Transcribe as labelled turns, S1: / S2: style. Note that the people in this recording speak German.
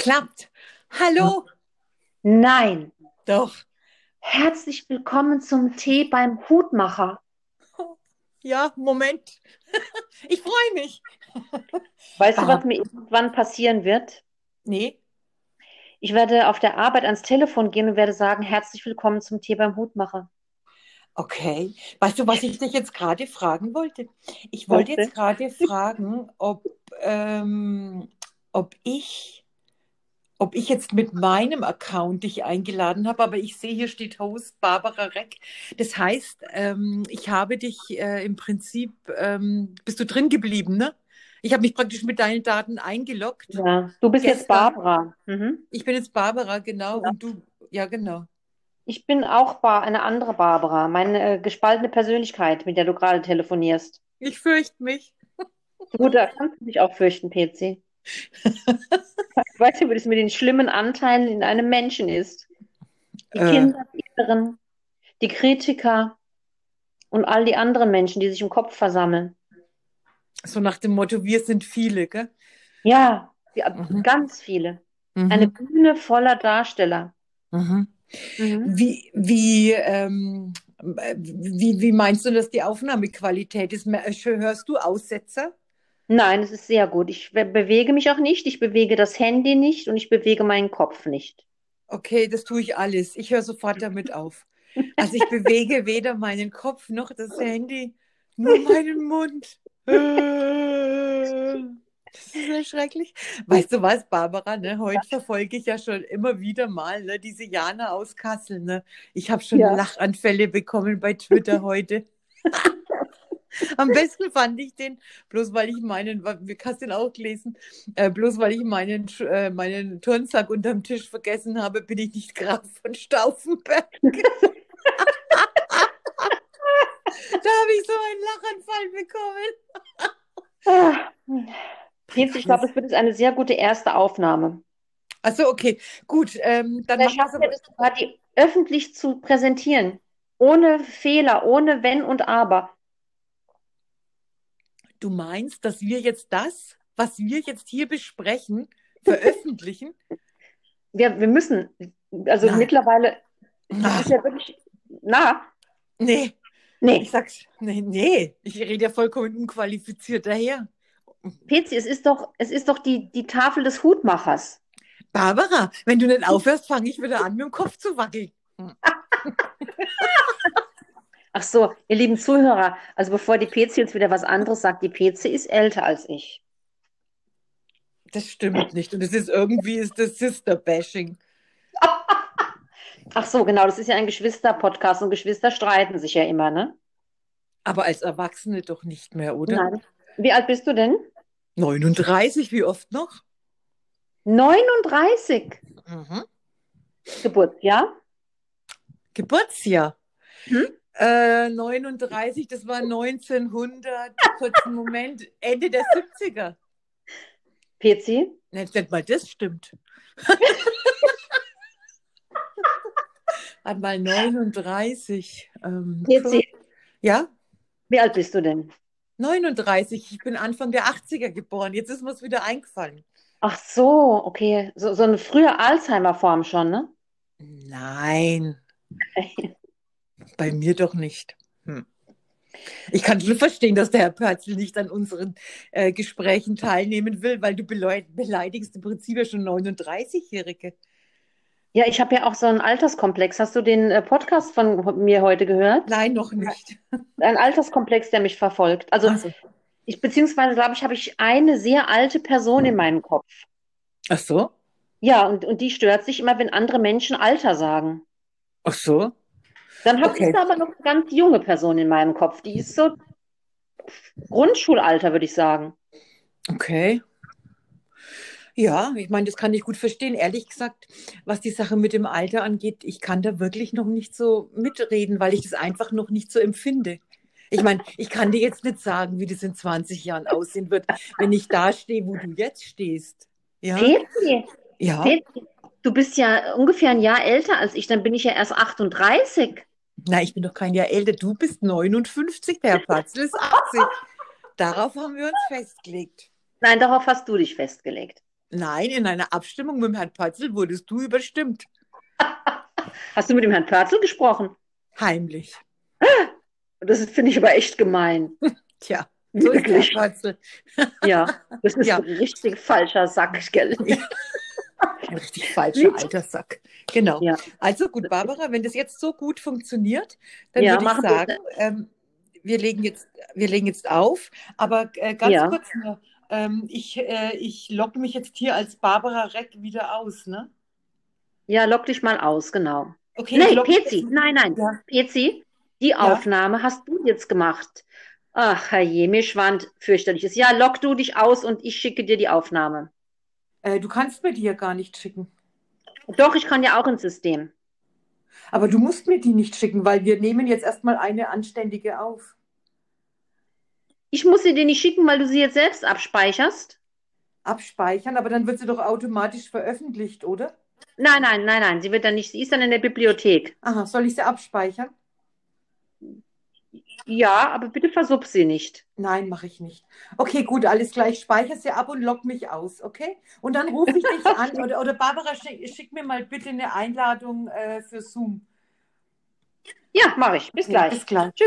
S1: geklappt. Hallo?
S2: Nein.
S1: Doch.
S2: Herzlich willkommen zum Tee beim Hutmacher.
S1: Ja, Moment. Ich freue mich.
S2: Weißt du,
S1: Aha.
S2: was mir irgendwann passieren wird?
S1: Nee,
S2: Ich werde auf der Arbeit ans Telefon gehen und werde sagen, herzlich willkommen zum Tee beim Hutmacher.
S1: okay. Weißt du, was ich dich jetzt gerade fragen wollte? Ich wollte
S2: Was denn?
S1: jetzt gerade fragen, ob, ähm, ob ich. Ob ich jetzt mit meinem Account dich eingeladen habe, aber ich sehe, hier steht Host Barbara Reck. Das heißt, ähm, ich habe dich äh, im Prinzip, ähm, bist du drin geblieben, ne? Ich habe mich praktisch mit deinen Daten eingeloggt.
S2: Ja, du bist jetzt
S1: Gestern.
S2: Barbara. Mhm.
S1: Ich bin jetzt Barbara, genau, und du, ja, genau.
S2: Ich bin auch Bar eine andere Barbara, meine äh, gespaltene Persönlichkeit, mit der du gerade telefonierst.
S1: Ich fürchte mich.
S2: Gut, da kannst du dich auch fürchten, PC. Weißt du, wie das mit den schlimmen Anteilen in einem Menschen ist? Die
S1: Äh.
S2: Kinder, die Irren, die Kritiker und all die anderen Menschen, die sich im Kopf versammeln.
S1: So nach dem Motto, wir sind viele, gell?
S2: Ja, ja
S1: Mhm.
S2: ganz viele. Eine Bühne voller Darsteller.
S1: Mhm.
S2: Mhm.
S1: Wie, wie, ähm, äh, wie, wie meinst du, dass die Aufnahmequalität ist? Mer- äh, Hörst du Aussetzer?
S2: Nein, es ist sehr gut. Ich be- bewege mich auch nicht, ich bewege das Handy nicht und ich bewege meinen Kopf nicht.
S1: Okay, das tue ich alles. Ich höre sofort damit auf. Also ich bewege weder meinen Kopf noch das Handy, nur meinen Mund. Das ist ja schrecklich. Weißt du was, Barbara, ne? Heute verfolge ich ja schon immer wieder mal, ne, diese Jana aus Kassel, ne? Ich habe schon
S2: Ja.
S1: Lachanfälle bekommen bei Twitter heute. Am besten fand ich den, bloß weil ich meinen, wir kannst den auch lesen, äh, bloß weil ich meinen, Sch- äh, meinen Turnsack unterm Tisch vergessen habe, bin ich nicht Graf von Stauffenberg. da habe ich so einen Lachanfall bekommen.
S2: Ah. Jetzt, ich glaube, es wird jetzt eine sehr gute erste Aufnahme.
S1: Achso, okay, gut, ähm, dann
S2: Vielleicht
S1: machen
S2: schaffen
S1: wir
S2: wir das sogar, die öffentlich zu präsentieren. Ohne Fehler, ohne Wenn und Aber.
S1: Du meinst, dass wir jetzt das, was wir jetzt hier besprechen, veröffentlichen?
S2: Wir, wir müssen, also
S1: Nein.
S2: mittlerweile, das
S1: Ach.
S2: ist ja wirklich, na,
S1: Nee,
S2: nee,
S1: ich sag's, nee, nee, ich rede ja vollkommen unqualifiziert daher.
S2: Petzi, es ist doch, es ist doch die, die Tafel des Hutmachers.
S1: Barbara, wenn du nicht aufhörst, fange ich wieder an, mit dem Kopf zu wackeln.
S2: Ach so, ihr lieben Zuhörer, also bevor die Petzi jetzt wieder was anderes sagt, die Petzi ist älter als ich.
S1: Das stimmt nicht. Und es ist irgendwie ist das Sister-Bashing.
S2: Ach so, genau, das ist ja ein Geschwister-Podcast und Geschwister streiten sich ja immer, ne?
S1: Aber als Erwachsene doch nicht mehr, oder?
S2: Nein. Wie alt bist du denn?
S1: 39, wie oft noch?
S2: 39
S1: Mhm.
S2: Geburtsjahr.
S1: Geburtsjahr.
S2: Hm?
S1: Äh, 39, das war 1900, kurzen Moment, Ende der 70er.
S2: Petzi?
S1: Nicht, nicht mal das stimmt. Hat mal 39. Ähm,
S2: Petzi,
S1: ja,
S2: wie alt bist du denn?
S1: 39. Ich bin Anfang der 80er geboren. Jetzt ist mir es wieder eingefallen.
S2: Ach so, okay. So, so eine frühe Alzheimer-Form schon, ne?
S1: Nein, bei mir doch nicht. Hm. Ich kann schon verstehen, dass der Herr Pörzl nicht an unseren äh, Gesprächen teilnehmen will, weil du beleu- beleidigst im Prinzip ja schon 39-Jährige.
S2: Ja, ich habe ja auch so einen Alterskomplex. Hast du den äh, Podcast von mir heute gehört?
S1: Nein, noch nicht.
S2: Ein Alterskomplex, der mich verfolgt. Also,
S1: Ach so.
S2: ich, beziehungsweise, glaube ich, habe ich eine sehr alte Person in meinem Kopf.
S1: Ach so?
S2: Ja, und, und die stört sich immer, wenn andere Menschen Alter sagen.
S1: Ach so?
S2: Dann hab,
S1: Okay.
S2: ist da aber noch eine ganz junge Person in meinem Kopf. Die ist so Grundschulalter, würde ich sagen.
S1: Okay. Ja, ich meine, das kann ich gut verstehen. Ehrlich gesagt, was die Sache mit dem Alter angeht, ich kann da wirklich noch nicht so mitreden, weil ich das einfach noch nicht so empfinde. Ich meine, ich kann dir jetzt nicht sagen, wie das in 20 Jahren aussehen wird, wenn ich da stehe, wo du jetzt stehst. Ja,
S2: Petri,
S1: ja.
S2: Petri, du bist ja ungefähr ein Jahr älter als ich, dann bin ich ja erst 38.
S1: Na, ich bin doch kein Jahr älter. Du bist 59, der Herr Patzl ist 80. Darauf haben wir uns festgelegt.
S2: Nein, darauf hast du dich festgelegt.
S1: Nein, in einer Abstimmung mit dem Herrn Pötzl wurdest du überstimmt.
S2: Hast du mit dem Herrn Pötzl gesprochen?
S1: Heimlich.
S2: Das finde ich aber echt gemein.
S1: Tja, so ist der
S2: Wirklich?
S1: Pötzl.
S2: Ja, das ist
S1: Ja.
S2: ein richtig falscher Sack, gell?
S1: Ein richtig falscher alter Sack. Genau.
S2: Ja.
S1: Also gut, Barbara, wenn das jetzt so gut funktioniert, dann
S2: Ja,
S1: würde ich
S2: machen wir
S1: sagen, ähm, wir legen jetzt, wir legen jetzt auf. Aber äh, ganz
S2: Ja.
S1: kurz nur, ähm, ich, äh, ich logge mich jetzt hier als Barbara Reck wieder aus, ne?
S2: Ja, lock dich mal aus, genau.
S1: Okay, ich
S2: Nee,
S1: logge mich
S2: Pezi,
S1: jetzt-
S2: nein, nein,
S1: Ja.
S2: Pezi, die Aufnahme hast du jetzt gemacht. Ach, herrje, mir schwand fürchterlich ist. Ja, lock du dich aus und ich schicke dir die Aufnahme.
S1: Äh, du kannst mir die ja gar nicht schicken.
S2: Doch, ich kann ja auch ins System.
S1: Aber du musst mir die nicht schicken, weil wir nehmen jetzt erstmal eine anständige auf.
S2: Ich muss sie dir nicht schicken, weil du sie jetzt selbst abspeicherst.
S1: Abspeichern, aber dann wird sie doch automatisch veröffentlicht, oder?
S2: Nein, nein, nein, nein, sie wird dann nicht, sie ist dann in der Bibliothek.
S1: Aha, soll ich sie abspeichern?
S2: Ja, aber bitte versupp sie nicht.
S1: Nein, mache ich nicht. Okay, gut, alles gleich. Ich Speichere sie ab und log mich aus, okay? Und dann rufe ich dich an. Oder, oder Barbara, schick, schick mir mal bitte eine Einladung äh, für Zoom.
S2: Ja, mache ich. Bis
S1: Ja,
S2: gleich.
S1: Bis gleich.